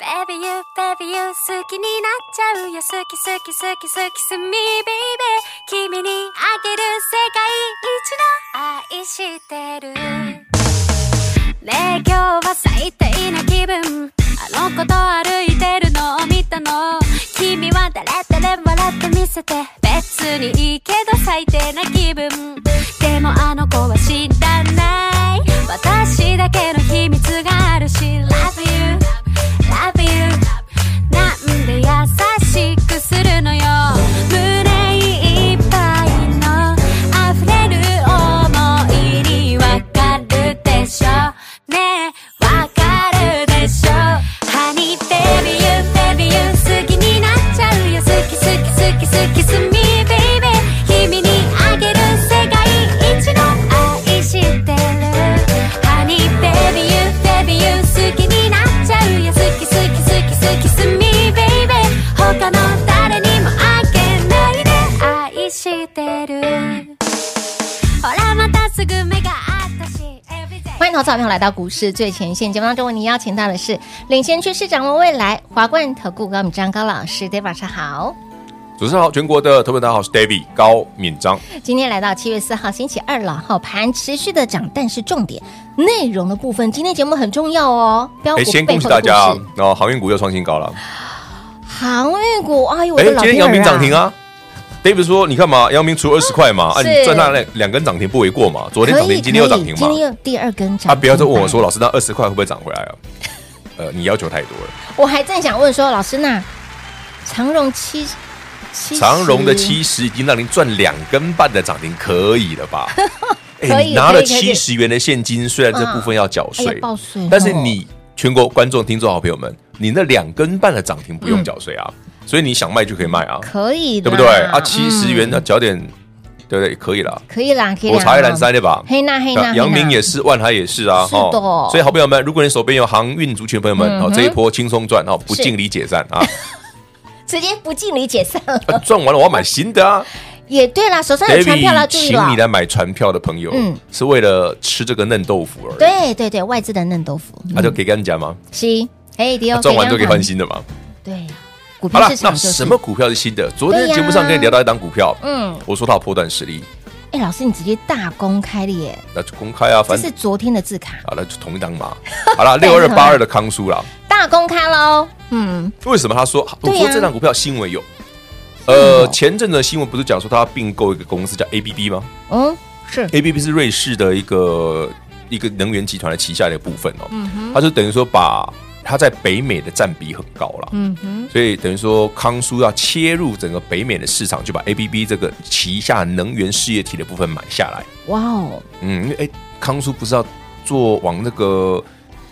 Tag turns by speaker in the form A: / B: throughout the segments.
A: Baby you, baby you 好きになっちゃうよ好き好き好き好きすみ baby 君にあげる世界一の愛してるねえ今日は最低な気分あの子と歩いてるのを見たの君は誰誰笑ってみせて別にいいけど最低な気分でもあの子は知らない私だけの秘密があるし Love you Love you なんで優しくするのよ胸いっぱいの溢れる想いにわかるでしょねえわかるでしょ Honey baby you baby you 好きになっちゃうよ好き好き好き好き s me baby 君にあげる世界一の愛してる Honey baby you baby you 好きになっちゃうよ好き好き好き好き s me baby 他の誰にもあげないで愛してるほらまたすぐ目があったし everyday
B: 欢迎投资者朋友来到股市最前线节目当中，为您邀请到的是领先趋势、掌握未来华冠投顾高敏章高老师，大家晚上好。
C: 主持人好，全国的投票大家好，我是 David 高敏章。
B: 今天来到七月四号星期二了，哈，盘持续的涨，但是重点内容的部分，今天节目很重要哦。标股
C: 哎，先
B: 背后
C: 恭喜
B: 的
C: 大
B: 故事
C: 家啊，哦，航运股又创新高了。
B: 航运股，哎呦，我
C: 哎，
B: 的
C: 今
B: 老
C: 天
B: 天
C: 阳明
B: 儿
C: 涨停
B: 啊！
C: 啊。David 说：“你看嘛，阳明除二十块嘛，啊，
B: 是
C: 你赚那两两根涨停不为过嘛。昨天
B: 可
C: 涨
B: 以，
C: 停，今天又
B: 可以
C: 涨停
B: 今
C: 嘛
B: 天。又第二根涨停。
C: 啊，不要再问我说，，老师，那二十块会不会涨回来啊？呃，你要求太多了。
B: 我还正想问说，老师那长荣七七十
C: 长荣的七十已经让您赚两根半的涨停，可以了 吧？
B: 可
C: 哎，
B: 以
C: 你拿了
B: 可以可以
C: 七十元的现金，虽然这部分要缴
B: 哎呀
C: 税，
B: 报税哦，
C: 但是你全国观众、听众、好朋友们，你那两根半的涨停不用缴税啊，所以你想卖就可以卖
B: 嗯
C: 啊，
B: 哦可以的
C: 对
B: 啦，
C: 不对？啊，七十
B: 嗯
C: 元那缴点，对不对？可以啦，
B: 可以啦，可以啦。
C: 我查一栏三的吧。
B: 黑娜黑娜，
C: 那阳明也
B: 是
C: 是，万海也是啊，
B: 是的
C: 哦所以好朋友们，如果你手边有航运族群的朋友们，
B: 嗯
C: 哦
B: 哼，
C: 这一波轻松赚哦，不
B: 是
C: 尽理解散啊，
B: 直接不敬礼解散了。
C: 啊赚完了我要买新的啊。
B: 也 对啦，手上有船票
C: David，
B: 啦，注意了
C: 请你。来买船票的朋友
B: 嗯，
C: 是为了吃这个嫩豆腐而已，
B: 对对对，外资的嫩豆腐，
C: 那就给人家嘛，
B: 是，哎，迪欧
C: 赚完就可以换。新的嘛。
B: 对，股
C: 好
B: 票
C: 了
B: 市，场
C: 那
B: 就是
C: 什么？股票是新的？昨天
B: 对呀
C: 节目上跟你聊到一档股票，
B: 嗯，
C: 我说它有破断实力，
B: 哎，老师，你直接大公开了耶！
C: 那就公开啊，
B: 这
C: 反
B: 是啊
C: 正
B: 昨天的字卡，
C: 啊，那就同一档嘛。好了，六二八二的康舒啦，
B: 大公开喽。嗯，
C: 为什么他说我
B: 对呀
C: 说这档股票新闻有？
B: 是
C: 呃
B: 哦，
C: 前阵子的新闻不是讲说他要并购一个公司叫 ABB 吗
B: 嗯，是，
C: ？ABB 是瑞士的一个一个能源集团的旗下的部分哦，
B: 嗯
C: 它就等于说把它在北美的占比很高了，
B: 嗯哼，
C: 所以等于说康舒要切入整个北美的市场，就把 ABB 这个旗下能源事业体的部分买下来。
B: 哇哦，
C: 嗯，因为哎，康叔不是要做往那个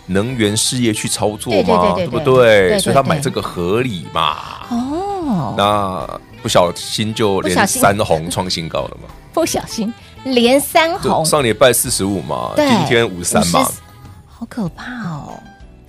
C: 能源事业去操作
B: 对
C: 嘛，
B: 对对对对
C: 不
B: 对对对
C: 所以他买这个合理嘛。
B: 哦，
C: 那不小心就
B: 不小
C: 连
B: 心
C: 三红创新高了嘛，
B: 不小心连三
C: 就
B: 红，
C: 上礼拜四十五嘛，
B: 对
C: 今天五三嘛，
B: 50好可怕哦！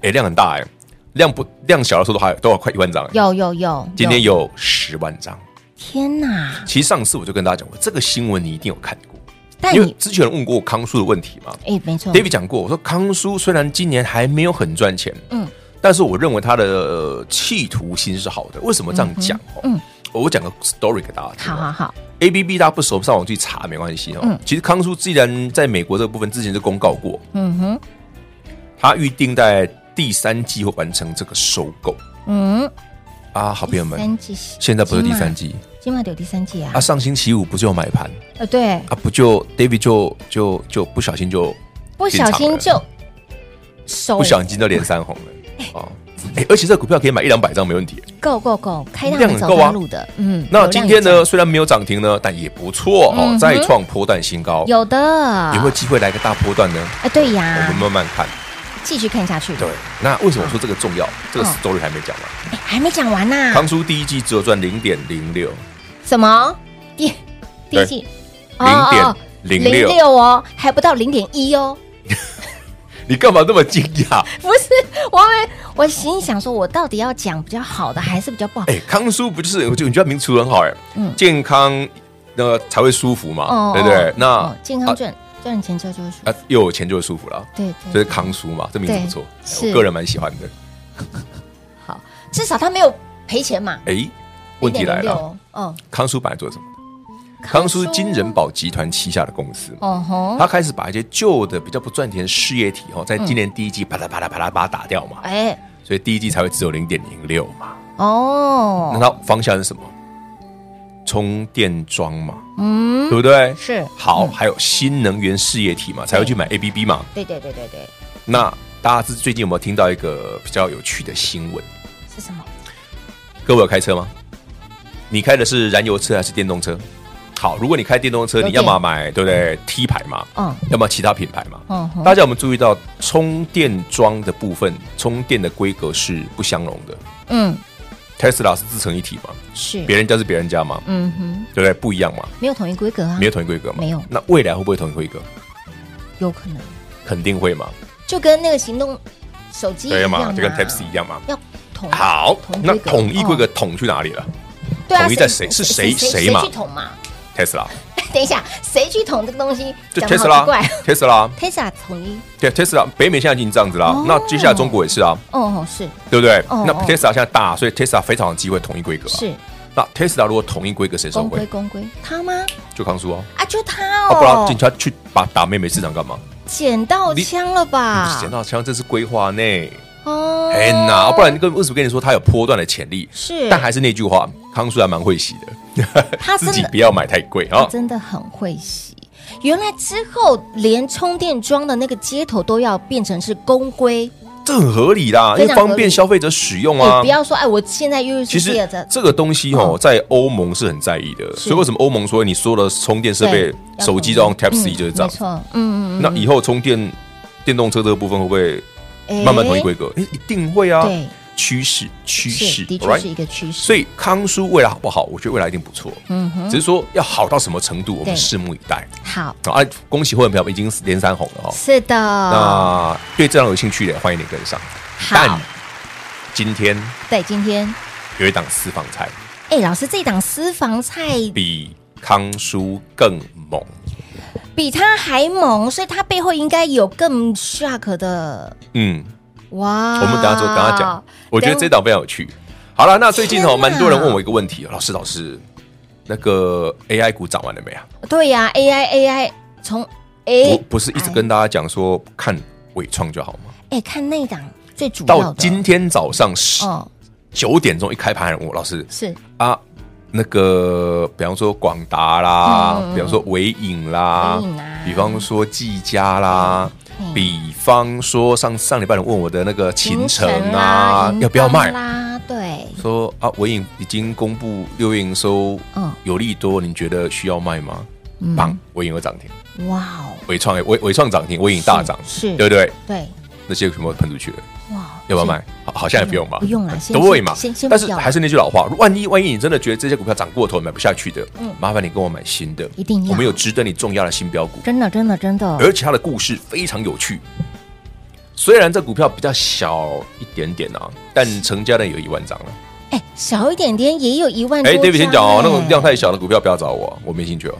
C: 哎，量很大哎，量不量小的时候都还都要快一万张哎，
B: 有有有，
C: 今天有十万张。
B: 天哪！
C: 其实上次我就跟大家讲过，这个新闻你一定有看过，
B: 但
C: 因为
B: 你
C: 之前有人问过我康叔的问题嘛，
B: 哎，没错
C: David 讲过，我说康叔虽然今年还没有很赚钱，
B: 嗯
C: 嗯，但是我认为他的呃企图心是好的。为什么这样讲？哦，
B: 嗯
C: 我讲个 story 给大家听
B: 好
C: 哦。
B: 好好，
C: A B B 大家不熟，上网去查没关系哦。
B: 嗯
C: 其实康叔既然在美国这个部分之前就公告过，
B: 嗯哼，
C: 他预定在第三季会完成这个收购
B: 嗯，
C: 啊。好朋友
B: 第
C: 们，
B: 三季，
C: 现在不是第三，季
B: 今晚有第三季啊
C: 啊？，上星期五不就有买盘
B: 呃，对，
C: 啊？不就 David 就就就不小心就
B: 不小
C: 进场
B: 心哦
C: 了
B: 就手
C: 不小心就连三红了哦。哎，而且这个股票可以买一两百张没问题。
B: 够够够，开
C: 量
B: 量
C: 很
B: 走
C: 够啊
B: 大路的，嗯，
C: 那
B: 流量
C: 今天
B: 也
C: 呢，虽然没有涨停呢，但也不错
B: 嗯
C: 哦
B: 哼，
C: 再创波段新高
B: 在，有的啊
C: 有没有机会来个大波段呢？
B: 哎，对
C: 我
B: 呀
C: 们，慢慢看。
B: 继续看下去。
C: 对，那为什么我说这个重要？这个 story 还没讲完。
B: 哎，还没讲完呐、
C: 康叔第一季只有赚零点零六，
B: 什么？第第
C: 对
B: 一季哦
C: 零点零
B: 零
C: 六，
B: 六哦，还不到零点一哦。
C: 你干嘛那么惊讶？
B: 不是，我还我心想说，我到底要讲比较好的，还是比较不好？
C: 哎、康叔不就是我就你觉得名词很好哎、
B: 嗯
C: 健康那个才会舒服嘛，
B: 哦
C: 对不对
B: 哦？
C: 那、
B: 哦健康
C: 啊
B: 赚赚钱就就是
C: 啊又有钱就会舒服了，
B: 对
C: 这
B: 对
C: 是康叔嘛，这名字不错，
B: 对是
C: 哎我个人蛮喜欢的。
B: 好，至少他没有赔钱嘛。
C: 哎、问题来了，
B: 1.06，哦，
C: 康叔本来做什么？康叔金人宝集团旗下的公司嘛，
B: 哦吼，
C: 他开始把一些旧的比较不赚钱的事业体哦，在
B: 嗯
C: 今年第一季啪啦啪啦啪啦把它打掉嘛，
B: 哎，
C: 所以第一季才会只有零点零六嘛。那
B: 哦，
C: 它方向是什么？充电桩嘛，
B: 嗯，
C: 对不对？
B: 是，嗯
C: 好，还有新能源事业体嘛，才会去买 ABB 嘛。
B: 对对对对对，
C: 那大家是最近有没有听到一个比较有趣的新闻？
B: 是什么？
C: 各位有开车吗？你开的是燃油车还是电动车？好，如果你开电动车，
B: 有
C: 你要么买对不对 T 牌嘛，
B: 嗯
C: 要么其他品牌嘛。
B: 嗯哼，
C: 大家有没有注意到充电桩的部分，充电的规格是不相容的
B: 嗯，
C: ？Tesla 是自成一体嘛，
B: 是，
C: 别人家是别人家嘛，
B: 嗯哼，
C: 对不对？不一样嘛，
B: 没有统一规格啊
C: 没，有同一规格嘛。
B: 没有
C: 那未来会不会同一规格？
B: 有可能
C: 肯定会嘛，
B: 就跟那个行动手机一
C: 对
B: 样啊
C: 嘛，就跟 Type C 一样嘛。
B: 要统
C: 好，那统一规格
B: 哦
C: 统去哪里了
B: 对啊
C: 统一在谁是谁谁嘛
B: 去统嘛？
C: ？Tesla，啊
B: 等一下，谁去统这个东西？
C: 就
B: 讲得好奇怪
C: Tesla，Tesla，
B: ，Tesla 统一，
C: 对 Tesla，北美现在已经这样子啦
B: 哦。
C: 那接下来中国也是啊，
B: 哦，是
C: 对不对？
B: 哦
C: 那
B: 哦
C: Tesla 现在大，所以 Tesla 非常有机会统一规格啊。
B: 是，
C: 那 Tesla 如果统一规格，谁受
B: 公规
C: 惠？
B: 公规，他吗？
C: 就康叔哦。
B: 啊，就他
C: 啊，不然
B: 哦
C: 警，察去把打妹妹市场干嘛？哎
B: 捡到枪了吧？
C: 捡到枪，这是规划内。
B: 哦，
C: 哎呐，啊不然跟为什么跟你说它有波段的潜力？
B: 是，
C: 但还是那句话，康叔还蛮会洗
B: 他
C: 的，
B: 真的
C: 自己不要买太贵
B: 他
C: 啊。
B: 真的很会洗。原来之后连充电桩的那个接头都要变成是公规，
C: 这很合理啦，
B: 非
C: 因
B: 常
C: 为
B: 合
C: 方
B: 理
C: 便消费者使用
B: 你
C: 啊
B: 不。要说哎，我现在 USB
C: 其实
B: 的
C: 这个东西哦，
B: 嗯
C: 在欧盟是很在意的，
B: 是
C: 所以为什么欧盟说你所有的充电设备
B: 对、要
C: 手机都用
B: 统一
C: Type C
B: 嗯
C: 就是这样
B: 没。错，嗯嗯
C: 那以后充电电动车这个部分会不会
B: 嗯，
C: 慢慢统一
B: 哎
C: 规格？哎，一定会啊，
B: 对，
C: 趋势趋势
B: 是的确
C: ，right？
B: 是一个趋势。
C: 所以康叔未来好不好？我觉得未来一定不错，
B: 嗯哼，
C: 只是说要好到什么程度，我
B: 对
C: 们拭目以待。
B: 好，
C: 啊，恭喜会员朋友们已经连三红了哦。
B: 是的，
C: 那对这样有兴趣的，欢迎你跟上。但
B: 啊好，
C: 今天
B: 对，今天
C: 有一档私房菜
B: 哎，老师这档私房菜
C: 比康叔更猛，
B: 比它还猛，所以它背后应该有更 shock 的
C: 嗯，
B: 哇。
C: 我们等下就等下讲。我觉得这档非常有趣。好了，那最近哦，
B: 天哪
C: 蛮多人问我一个问题，哦老师老师，那个 AI 股涨完了没啊？
B: 对呀、a i AI 从
C: 我
B: A
C: 不是一直跟大家讲说看伟创就好吗？
B: 哎、看那档最主要的
C: 到今天早上十
B: 哦
C: 九点钟一开盘，我老师
B: 是
C: 啊，那个比方说广达啦，
B: 嗯嗯嗯
C: 比方说伟影啦，
B: 微影啊
C: 比方说技嘉啦，
B: 嗯
C: 比方说上上礼拜你问我的那个秦城
B: 凌晨
C: 啊，要不要卖
B: 银？邦啦？对，
C: 说啊，伟影已经公布六月营收
B: 嗯
C: 有利多，你觉得需要卖吗？
B: 嗯
C: 棒，伟影有涨停，
B: 哇哦，
C: 伟创伟伟创涨停，伟影大涨，
B: 是是
C: 对不对？
B: 对，
C: 那些全部喷出去了，
B: 哇，
C: 要不要卖？好，好像也不用吧，
B: 不
C: 嗯
B: 用啦先
C: 都会嘛
B: 先先。
C: 但是
B: 不要
C: 还是那句老话，万一万一你真的觉得这些股票涨过头，买不下去的，麻烦你跟我买新的，
B: 嗯一定要
C: 我们有值得你重要的新标股，
B: 真的真的真的，
C: 而且它的故事非常有趣。虽然这股票比较小一点点啊，但成交量有一万张了。
B: 哎、小一点点也有一万多
C: 哎
B: 张、
C: ，David 先讲哦，那种量
B: 哎
C: 太小的股票不要找我，我没兴趣哦。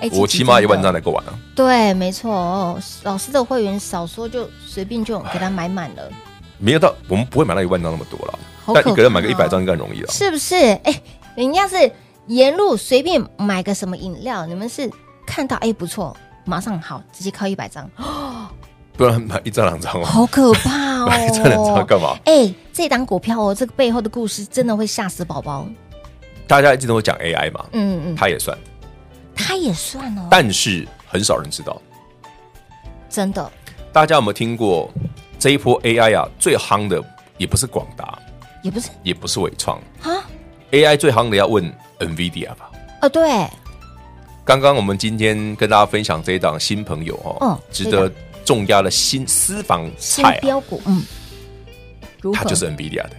B: 哎
C: 我
B: 其实
C: 起码一万
B: 真
C: 张
B: 的
C: 才够玩啊。
B: 对，没错哦，老师的会员少说就随便就给他买满了，
C: 没有到，我们不会买到一万张那么多了，
B: 好可
C: 但
B: 怕哦
C: 一个人买个一百张应该很容易了。
B: 是不是？哎、人家是沿路随便买个什么饮料，你们是看到哎、不错，马上好，直接靠一百张，
C: 不然买一张两张哦，
B: 好可怕
C: 买一张两张
B: 哦！
C: 干嘛？
B: 哎、这档股票哦，这个背后的故事真的会吓死宝宝。
C: 大家一直都会讲 AI 嘛，
B: 嗯嗯，
C: 它也算，
B: 他也算哦，
C: 但是很少人知道。
B: 真的
C: 大家有没有听过这一波 AI 啊？最夯的也不是广达，
B: 也不是
C: 也不是伟创
B: 啊
C: ，AI 最夯的要问 NVIDIA 吧。
B: 哦，
C: 啊
B: 对，
C: 刚刚我们今天跟大家分享这一档新朋友哦，
B: 哦
C: 值得重压的新私房
B: 新
C: 菜、啊，
B: 标股，嗯，如
C: 它
B: 何？
C: 就是 NVIDIA 的，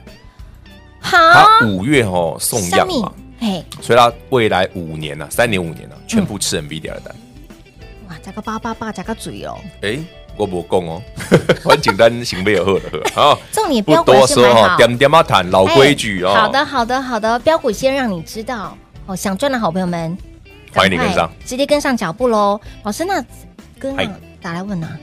B: 好，
C: 它五月哦送样
B: 敏
C: 嘛，，
B: 嘿，
C: 所以它未来五年呢、啊，三年五年呢、啊，全部吃 NVIDIA 的单。
B: 哇，这个八八八，这个嘴哦，
C: 诶，我不讲哦， 我简单行为有喝的喝啊，
B: 重点
C: 不
B: 标股
C: 多
B: 还是
C: 说
B: 蛮
C: 哦，
B: 好，
C: 点点啊谈老规矩哦。
B: 哎好的，，好的，好的，标股先让你知道哦，想赚的好朋友们，
C: 欢迎你
B: 赶快
C: 跟上，
B: 直接跟上脚步喽。老师，那跟
C: 嗨
B: 上打来问啊，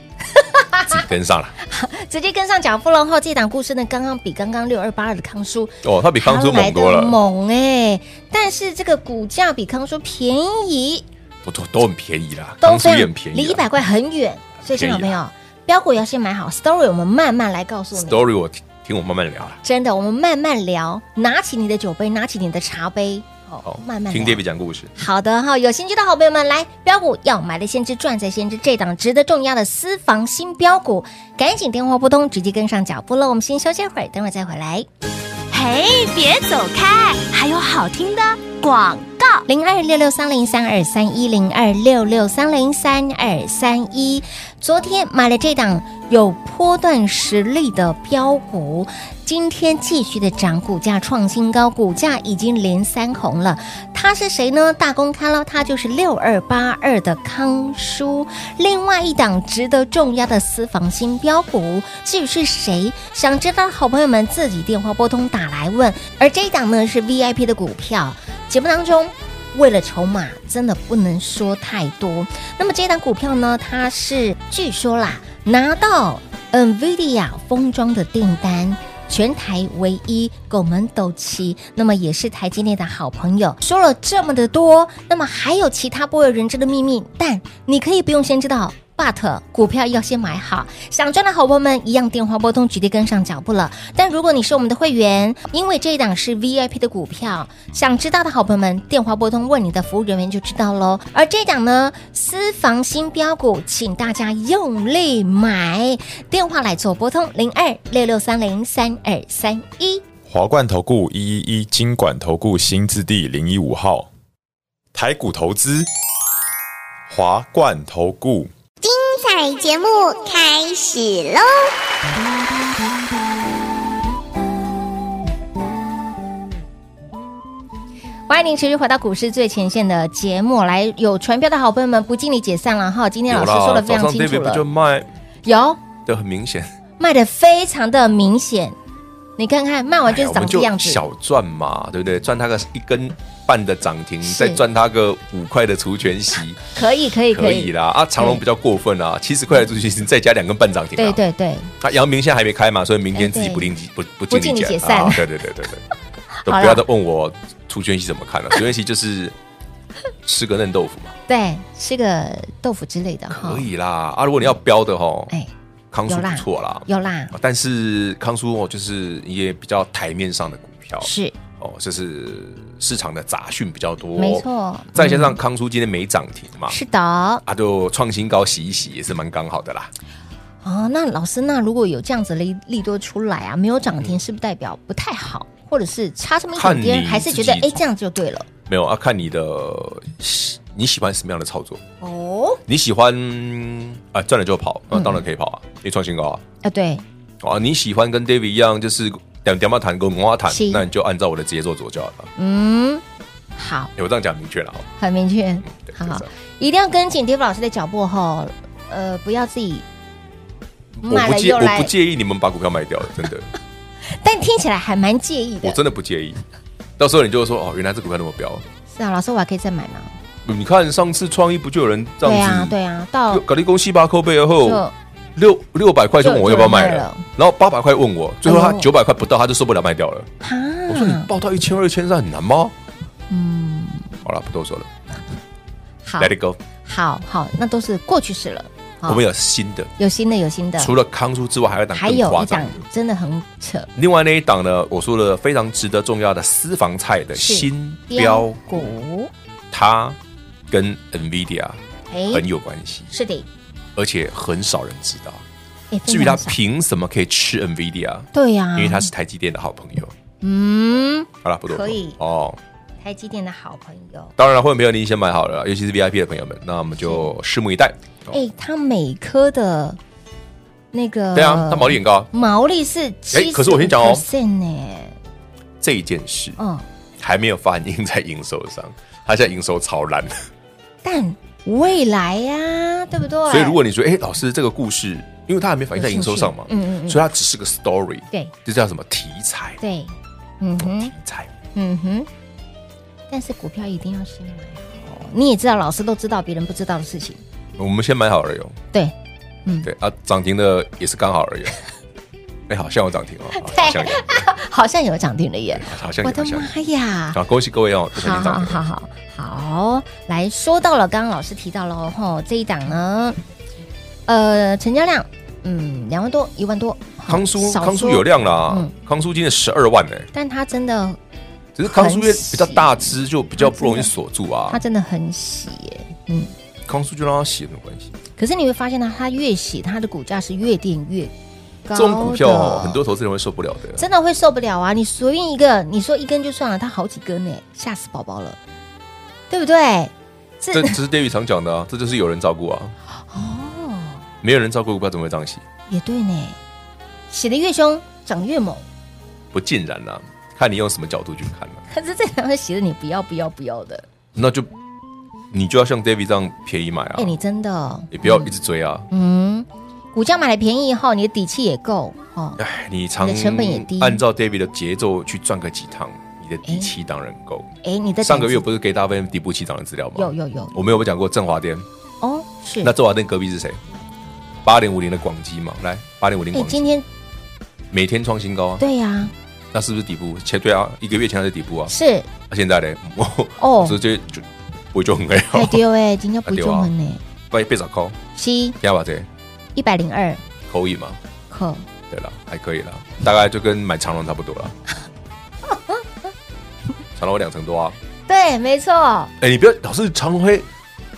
C: 自己跟上了。
B: 啊直接跟上脚步喽。后这档故事呢，刚刚比刚刚六二八二的康叔
C: 哦，它比康叔
B: 还来
C: 猛
B: 得
C: 多了，
B: 猛哎、但是这个股价比康叔便宜，
C: 都都都很便宜啦，
B: 都
C: 康
B: 非
C: 叔
B: 常
C: 也很便宜
B: 离一
C: 啦。
B: 百块很远，所以
C: 便
B: 新
C: 宜
B: 老朋友
C: 啦，
B: 标股要先买好，story 我们慢慢来告诉你。
C: Story 我听听我慢慢聊啦。
B: 真的，我们慢慢聊，拿起你的酒杯，拿起你的茶杯，好
C: 好，
B: 慢慢
C: 听
B: 聊
C: David 讲故事。
B: 好的哈，有兴趣的好朋友们，来标股要买的先知，赚在先知，这档值得重要的私房新标股，赶紧电话拨通，直接跟上脚步了。我们先休息会儿，等会儿再回来。
A: 嘿，别走开，还有好听的广告。
B: 零二六六三零三二三一零二六六三零三二三一。昨天买了这档有波段实力的标股，今天继续的涨，股价创新高，股价已经连三红了。他是谁呢？大公开了，他就是六二八二的康叔。另外一档值得重要的私房新标股，至于是谁，想知道的好朋友们自己电话拨通打来问。而这一档呢是 VIP 的股票，节目当中。为了筹码，真的不能说太多。那么这一档股票呢，它是据说啦，拿到 NVIDIA 封装的订单，全台唯一，狗门斗七，那么也是台积电的好朋友。说了这么的多，那么还有其他不为人知的秘密，但你可以不用先知道。But 股票要先买好，想赚的好朋友们一样电话拨通，直接跟上脚步了。但如果你是我们的会员，因为这一档是 VIP 的股票，想知道的好朋友们电话拨通问你的服务人员就知道喽。而这一档呢，私房新标股，请大家用力买，电话来做拨通零二六六三零三二三一。
D: 华冠投顾一一一金管投顾新字第零一五号，台股投资，华冠投顾。
E: 彩节目开始喽！
B: 欢迎您持续回到股市最前线的节目，来有传票的好朋友们不尽力解散了哈。今天老
C: 有
B: 师说
C: 啦，
B: 的非
C: 早
B: 常
C: 上
B: 清楚
C: David 不
B: 了，
C: 就卖
B: 有
C: 的很明显，
B: 卖的非常的明显，你看看卖完就
C: 哎
B: 是
C: 我们
B: 长这
C: 就
B: 样子。
C: 小赚嘛，对不对？赚它个一根半的涨停，
B: 是
C: 再赚它个五块的除权息，
B: 可以可以
C: 可
B: 可
C: 以
B: 以，
C: 啦。啊，长隆比较过分啊，七十块的除权息再加两根半涨停，
B: 对。对对，
C: 啊，阳明现在还没开嘛，所以明天自己
B: 哎对
C: 不定期不不
B: 不
C: 尽力
B: 尽力解
C: 解
B: 散
C: 啊对对对 对对，都
B: 好啦
C: 不要再问我除权息怎么看 了，除权息就是吃个嫩豆腐嘛，
B: 对吃个豆腐之类的哈。
C: 可以啦。啊，如果你要标的
B: 哦
C: 吼，
B: 哎，
C: 康叔
B: 有啦
C: 不错啦，啊
B: 有啦，
C: 但是康叔哦，就是也比较台面上的股票
B: 是
C: 哦，就是市场的杂讯比较多，
B: 没。错，嗯
C: 再加上康叔今天没涨停嘛，
B: 是的哦。
C: 啊，就创新高洗一洗也是蛮刚好的啦。
B: 哦那老师，那如果有这样子的利利多出来啊，没有涨停，是不是代表不太好，或者是差这么一点
C: 看
B: 点，
C: 你
B: 还是觉得
C: 自己
B: 哎这样就对了？
C: 没有啊，看你的喜你喜欢什么样的操作，
B: 哦，
C: 你喜欢啊赚了就跑，
B: 嗯
C: 那、当然可以跑啊，因为创新高啊。
B: 啊对，
C: 哦啊，你喜欢跟 David 一样，就是点点嘛谈跟文化谈
B: 是，
C: 那你就按照我的节奏做就好了。
B: 嗯，好，
C: 有这样讲明确了哦。
B: 很明确，
C: 对
B: 好
C: 就
B: 好
C: 是这样，
B: 一定要跟紧 d a 老师的脚步哈，呃，不要自己
C: 我
B: 买
C: 不
B: 了
C: 介
B: 又
C: 我
B: 来
C: 不，介意你们把股票卖掉的，真 的。
B: 但听起来还蛮介意
C: 我
B: 的。
C: 真的不介意。到时候你就会说哦，原来这股票那么彪。
B: 是啊，老师，我还可以再买吗？
C: 你看上次创意不就有人这
B: 对
C: 样
B: 啊
C: 子？，哦
B: 对啊，到
C: 搞立功西巴扣背后
B: 就
C: 六六百块就问我要不要卖
B: 就有人卖
C: 了
B: 了，
C: 然后八百块问我，最后他
B: 哎呦嗯
C: 九百块不到他就受不了卖掉了。
B: 哈，
C: 我说你报到一千二、一千三很难吗？嗯，好了，不多说了
B: 好
C: ，Let it go。
B: 好好，那都是过去式了。好
C: 我们有新的，
B: 有新的，有新的，
C: 除了康叔之外，还有一档
B: 还
C: 更
B: 有
C: 夸
B: 一
C: 张
B: 档
C: 的。
B: 真的很扯，
C: 另外那一档呢，我说了非常值得重要的私房菜的
B: 是
C: 新标，
B: 股，
C: 它跟 NVIDIA
B: 哎，
C: 很有关系。
B: 是的，
C: 而且很少人知道。
B: 哎，
C: 至于
B: 非
C: 他
B: 常少嗯
C: 凭什么可以吃 NVIDIA，
B: 对呀，
C: 因为他是台积电的好朋友。
B: 嗯，
C: 好了，不多说
B: 可以
C: 哦。
B: 台积电的好朋友，
C: 当然了，会员朋友你先买好了，尤其是 VIP 的朋友们，那我们就拭目以待。哦
B: 哎，他每颗的那个
C: 对啊，它毛利很高。
B: 毛利是七，
C: 哎可是我先讲哦
B: 呢，
C: 这一件事
B: 嗯，
C: 还没有反映在营收上，它现在营收超烂。
B: 但未来呀、对不对？
C: 所以如果你说，哎，老师这个故事，因为它还没反映在营收上嘛，
B: 有兴趣嗯嗯嗯
C: 所以它只是个 story，
B: 对，
C: 这叫什么题材？哦
B: 对，嗯哼
C: 题，材。
B: 嗯哼，但是股票一定要先买好，你也知道，老师都知道别人不知道的事情，
C: 我们先买好了哟，
B: 对， 嗯
C: 对啊，涨停的也是刚好而已。哦 哎，好像有涨停 哦，好像有，
B: 好像有涨停了耶，
C: 好像有，
B: 我的
C: 好像有。
B: 妈呀！
C: 好，恭喜各位哦，这
B: 好
C: 涨
B: 好
C: 停
B: 好好好，来说到了，刚刚老师提到了吼，这一档呢，呃，成交量嗯两万多，一万多，好
C: 康舒
B: 少
C: 康舒
B: 嗯说
C: 有量啦
B: 嗯，
C: 康舒今天十二万呢，
B: 但它真的
C: 只是康舒因为
B: 很喜
C: 比较大只，就比较不容易锁住啊
B: 它。真的很洗耶，嗯，
C: 康舒就让它洗有什么关系？
B: 可是你会发现呢，它越洗，它的股价是越垫越高的，
C: 这种股票哦很多投资人会受不了的。
B: 真的会受不了啊！你随便一个，你说一根就算了，它好几根呢，吓死宝宝了，对不对？这
C: 这这是 David 常讲的啊，这就是有人照顾啊，
B: 哦，
C: 没有人照顾股票怎么会涨息？
B: 也对呢，洗得越凶，长得越猛。
C: 不尽然啦，看你用什么角度去看啦。
B: 可是这两个洗的你不要不要不要的，
C: 那就你就要像 David 这样便宜买
B: 哎、
C: 啊，
B: 你真的哦
C: 也不要一直追啊。
B: 嗯，股价买的便宜以后，你的底气也够哦。
C: 哎，你常
B: 你的成本也低
C: 按照 David 的节奏去赚个几趟，你的底气当然够。
B: 哎、你的
C: 上个
B: 胆子
C: 月不是给大家分享底部起涨的资料吗？
B: 有有有
C: 我们有没有讲过振华店？
B: 哦，是
C: 那振华店隔壁是谁？八零五零的广基嘛，来八零五零
B: 哎、
C: 广基
B: 今天
C: 每天创新高啊，
B: 对呀、
C: 那是不是底部？前对啊，一个月前还是底部啊，
B: 是
C: 啊现在嘞，我
B: 哦
C: 我直接就我就很累
B: 太
C: 哦，
B: 丢哎，今天不
C: 啊对啊
B: 中文呢，
C: 被被找 call，
B: 七
C: 听吧这
B: 一百零二
C: 口译嘛，
B: 口，
C: 对了，还可以了，大概就跟买长龙差不 多了，长龙有两成多啊。
B: 对，没错，
C: 哎、你不要老是长隆黑，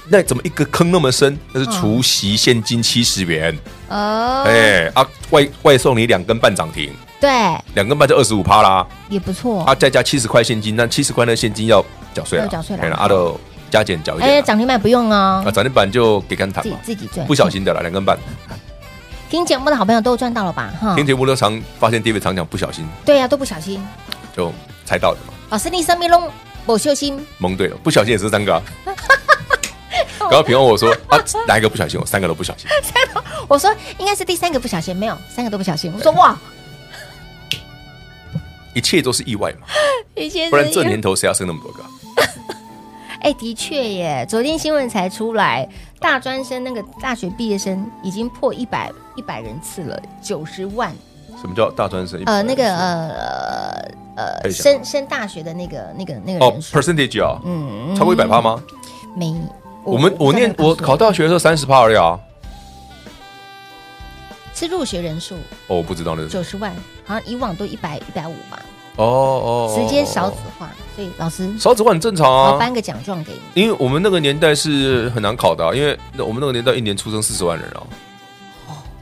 C: 那怎么一个坑那么深？那是除夕现金七十元，
B: 哦，
C: 哎、啊，外外送你两根半涨停，
B: 对，
C: 两根半就二十五趴啦，
B: 也不错。
C: 啊，再加七十块现金，那七十块那现金要缴税了，
B: 要缴税啦
C: 嘿啦，阿哎豆加减缴一
B: 哎，
C: 点啦，
B: 涨停板不用哦
C: 啊，，涨停板就给干糖
B: 自己
C: 嘛，
B: 自己赚。
C: 不小心的啦，两根半。
B: 听节目的好朋友都赚到了吧？哈
C: 听，节目都常发现 David 常讲不小心
B: 对啊呀，都不小心。
C: 就猜到的嘛，
B: 老师，你生命中某秀心
C: 蒙对了，不小心也是三个、啊。然后评论我说啊，哪一个不小心？我三个都不小心，
B: 我说应该是第三个不小心，没有三个都不小心。我说哇，
C: 一切都是意外嘛，
B: 一切
C: 不然这
B: 是
C: 年头谁要生那么多个啊、
B: 哎，的确耶，昨天新闻才出来，大专生那个大学毕业生已经破一百一百人次了，九十万。
C: 什么叫大专生？
B: 呃，那个呃呃
C: 哎
B: 呃，
C: 什么
B: 升升大学的那个那个那个
C: 哦
B: 人数，
C: ，percentage 啊，
B: 嗯
C: 超过一百趴吗？
B: 没，
C: 我们我念
B: 不知道
C: 我
B: 怎么
C: 考大学的时候三十趴而已啊。
B: 说是入学人数
C: 哦，我不知道那是
B: 九十万，好像以往都一百一百五吧，
C: 哦哦，哦
B: 直接少
C: 哦
B: 子化，所以老师
C: 少子化很正常
B: 我
C: 啊，
B: 颁个奖状给你，
C: 因为我们那个年代是很难考的啊，因为那我们那个年代一年出生四十万人啊。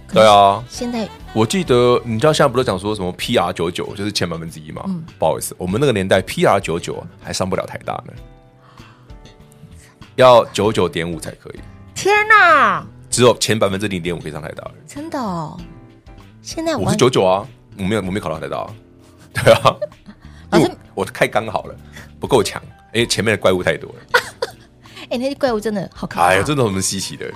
B: 可
C: 对啊，
B: 现在
C: 我记得你知道现在不都讲说什么 PR 九九就是前百分之一嘛？
B: 嗯
C: 不好意思，我们那个年代 PR 九九还上不了台大呢，要九九点五才可以，
B: 天哪，
C: 只有前百分之零点五可以上台大而已。
B: 真的哦，现在
C: 我是
B: 完
C: 九九啊，我没有我没有考到台大、啊， 对啊，
B: 老师
C: 因为我我太刚好了，不够强，因为前面的怪物 太多了。
B: 哎，那些怪物真的好可怕，哦
C: 哎呀，真的很稀奇的。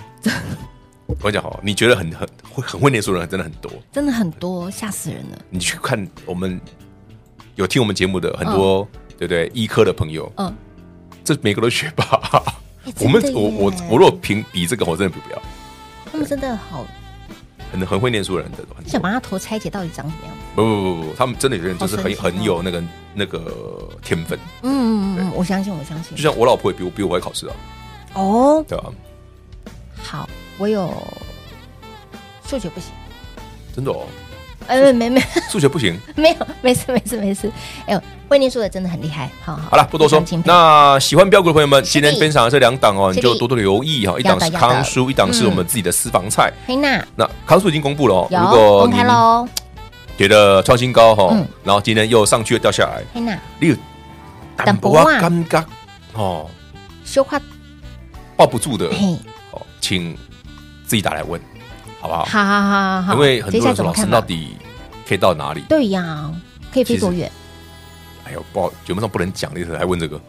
C: 我跟你讲哦，你觉得很很会很会念书的人真的很多，
B: 真的很多，吓死人了，
C: 你去看我们有听我们节目的很多，对不对？医科的朋友，
B: 嗯，
C: 这每个都学 霸。
B: 哎
C: 我们
B: 真的
C: 我我
B: 耶
C: 我如果评比这个，我真的比不了。
B: 他们真的好
C: 很很会念书的人的，很
B: 想
C: 多
B: 把他头拆解到底长什么样子，
C: 不不不不，他们真的有些人就是
B: 好
C: 很
B: 神奇哦
C: 很有那个那个天分，
B: 嗯嗯嗯，我相信我相信
C: 就，像我老婆也比我比我会考试啊，
B: 哦，
C: 对啊，
B: 好，我有数学不行，
C: 真 的哦，
B: 哎，没没。
C: 数学不行。
B: 没有，没事，没事，没事。哎呦，会念书的真的很厉害。好好，
C: 好了，不多说
B: 非常敬。佩
C: 那喜欢标股的朋友们，
B: 是的
C: 今天分享的这两档哦，
B: 是的
C: 你就多多留意哈。一档是
B: 要的要的
C: 康叔，一档是我们自己的私房菜。
B: 黑娜
C: 那康叔已经公布了哦，
B: 有
C: 如果
B: 公
C: 你
B: 开喽。
C: 觉得创新高哈
B: 嗯，
C: 然后今天又上去又掉下来，
B: 黑娜
C: 你有
B: 淡薄啊
C: 淡感觉哦，
B: 说话
C: 抱不住的
B: 嘿
C: 哦，请自己打来问。好不好？
B: 好好好好好，
C: 因为很
B: 接
C: 多
B: 下来
C: 人说
B: 怎么
C: 老师
B: 看
C: 到
B: 吧？
C: 底可以到哪里？
B: 对呀，可以飞多远
C: 哎呦，不好，节目上不能讲，那时候还问这个。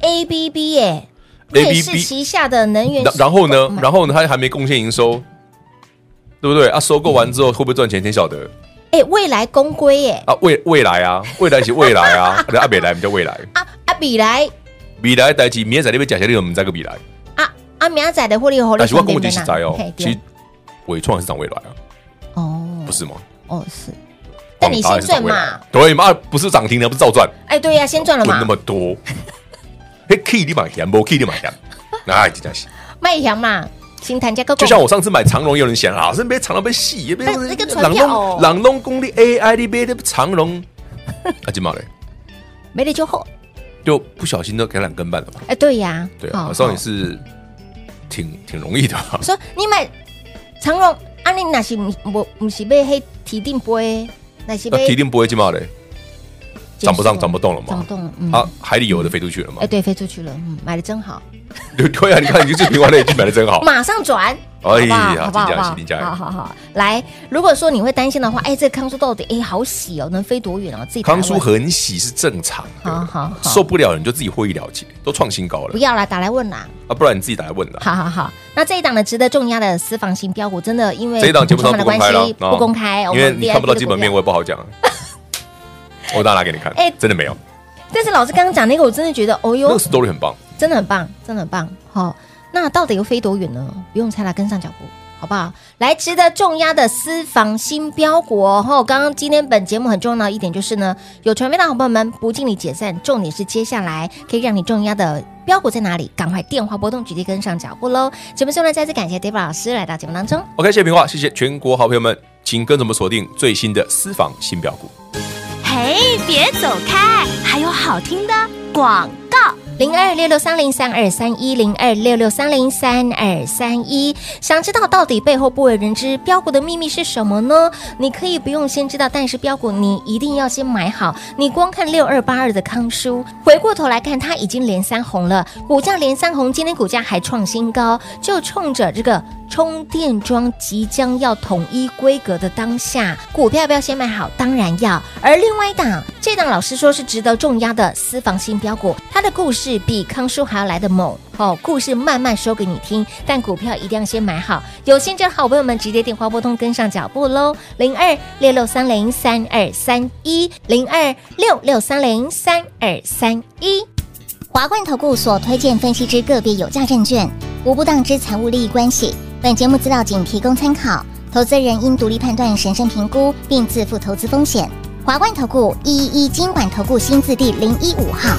B: ？A B B 耶，
C: ABB
B: 瑞士旗下的能源
C: 然，然后呢
B: Oh？my-
C: 然后呢？他还没贡献营收，对不对？啊，收购完之后会不会赚
B: 嗯
C: 钱？谁晓得
B: 哎，未来公规耶，
C: 啊？未未来啊，未来是未来啊， 那阿北来我们叫未来，
B: 啊啊，比来
C: 未来代志，明天在那边讲些你我们在个未来。
B: 啊啊，明仔的获利红利
C: 但是我
B: 分
C: 哎
B: 辨
C: 跟我
B: 的
C: 姐是在哦
B: 嘿，
C: 其
B: 对
C: 实伟创也是涨未来啊，
B: 哦，
C: 不是吗？
B: 哦是，但你先赚
C: 广达也是涨
B: 嘛，
C: 未来，对嘛？啊不是涨停的，不是照赚，
B: 哎对呀，先赚了
C: 滚
B: 嘛
C: 那，么多。嘿，key 你买钱，无 key 你 买钱，哎，真的是。
B: 卖洋嘛，新谈价个，
C: 就像我上次买长荣，有人嫌啊老是被长荣被戏，也被
B: 但那个船
C: 朗
B: 票哦
C: 东朗东功力 AI 的被长荣， 啊，金毛嘞，
B: 没了就后，
C: 就不小心都给两根半了嘛。
B: 哎对呀，
C: 对
B: 好
C: 啊，少
B: 好
C: 也是挺挺容易的啊 吧？
B: 说你买长荣，啊你那是不不不是被黑提定杯，那是
C: 那
B: 被
C: 铁定不会金毛嘞，涨呃不上涨不动了
B: 涨
C: 嘛
B: 不？动了，嗯，
C: 啊，海里游的飞出去了嘛
B: 哎，？对，飞出去了，嗯，买的真好，
C: 对 对啊，你看你这平完了已经买的真好，
B: 马上转，
C: 哎呀
B: 好不好？好
C: 真
B: 不
C: 的
B: 好
C: 是真的
B: 好好好，来，如果说你会担心的话，哎，这个康叔到底哎好喜哦，能飞多远哦？自己打来
C: 康叔
B: 问
C: 很喜是正常
B: 好
C: 的，
B: 啊好好，
C: 受不了你就自己会议了结，都创新高
B: 不
C: 了
B: 要啦，打来问啦，
C: 啊，不然你自己打来问了。
B: 好好好。那这一档呢，值得重压的私房型标股，真的因为
C: 这一档节目上
B: 充满
C: 不
B: 了
C: 公
B: 关
C: 开了
B: 系，，
C: 啊
B: 不公开，我
C: 因为
B: 们
C: 你看不到
B: VIP 的
C: 基本面，
B: 股
C: 我也不 好讲。啊我当然拿给你看
B: 哎，
C: 真的没有，
B: 票。但是老师刚刚讲那个，我真的觉得，哦
C: 那
B: 哟
C: 个，story 很棒。
B: 真的很棒，真的很棒。好，那到底又飞多远呢？不用猜啦，跟上脚步。好不好？来，值得重压的私房新标股哦。吼刚刚今天本节目很重要的一点就是呢，有传媒的好朋友们不尽力解散，重点是接下来可以让你重压的标股在哪里？赶快电话拨动，直接跟上脚步喽。节目最后呢，再次感谢 David 老师来到节目当中。
C: OK，谢谢平话，谢谢全国好朋友们，请跟着我们锁定最新的私房新标股。
A: 嘿，别走开，还有好听的广告。
B: 零二六六三零三二三一零二六六三零三二三一。想知道到底背后不为人知标股的秘密是什么呢？你可以不用先知道，但是标股你一定要先买好。你光看六二八二的康叔，回过头来看，它已经连三红了，股价连三红，今天股价还创新高，就冲着这个充电桩即将要统一规格的当下，股票要不要先买好？当然要。而另外一档，这档老师说是值得重压的私房新标股，它的故事比康叔还要来的猛哦。故事慢慢说给你听，但股票一定要先买好。有兴趣的好朋友们，直接电话拨通，跟上脚步喽。零二六六三零三二三一，零二六六三零三二三一。
E: 华冠投顾所推荐分析之个别有价证券，无不当之财务利益关系。本节目资料仅提供参考，投资人应独立判断、审慎评估，并自负投资风险。华冠投顾一一一金管投顾新字第零一五号。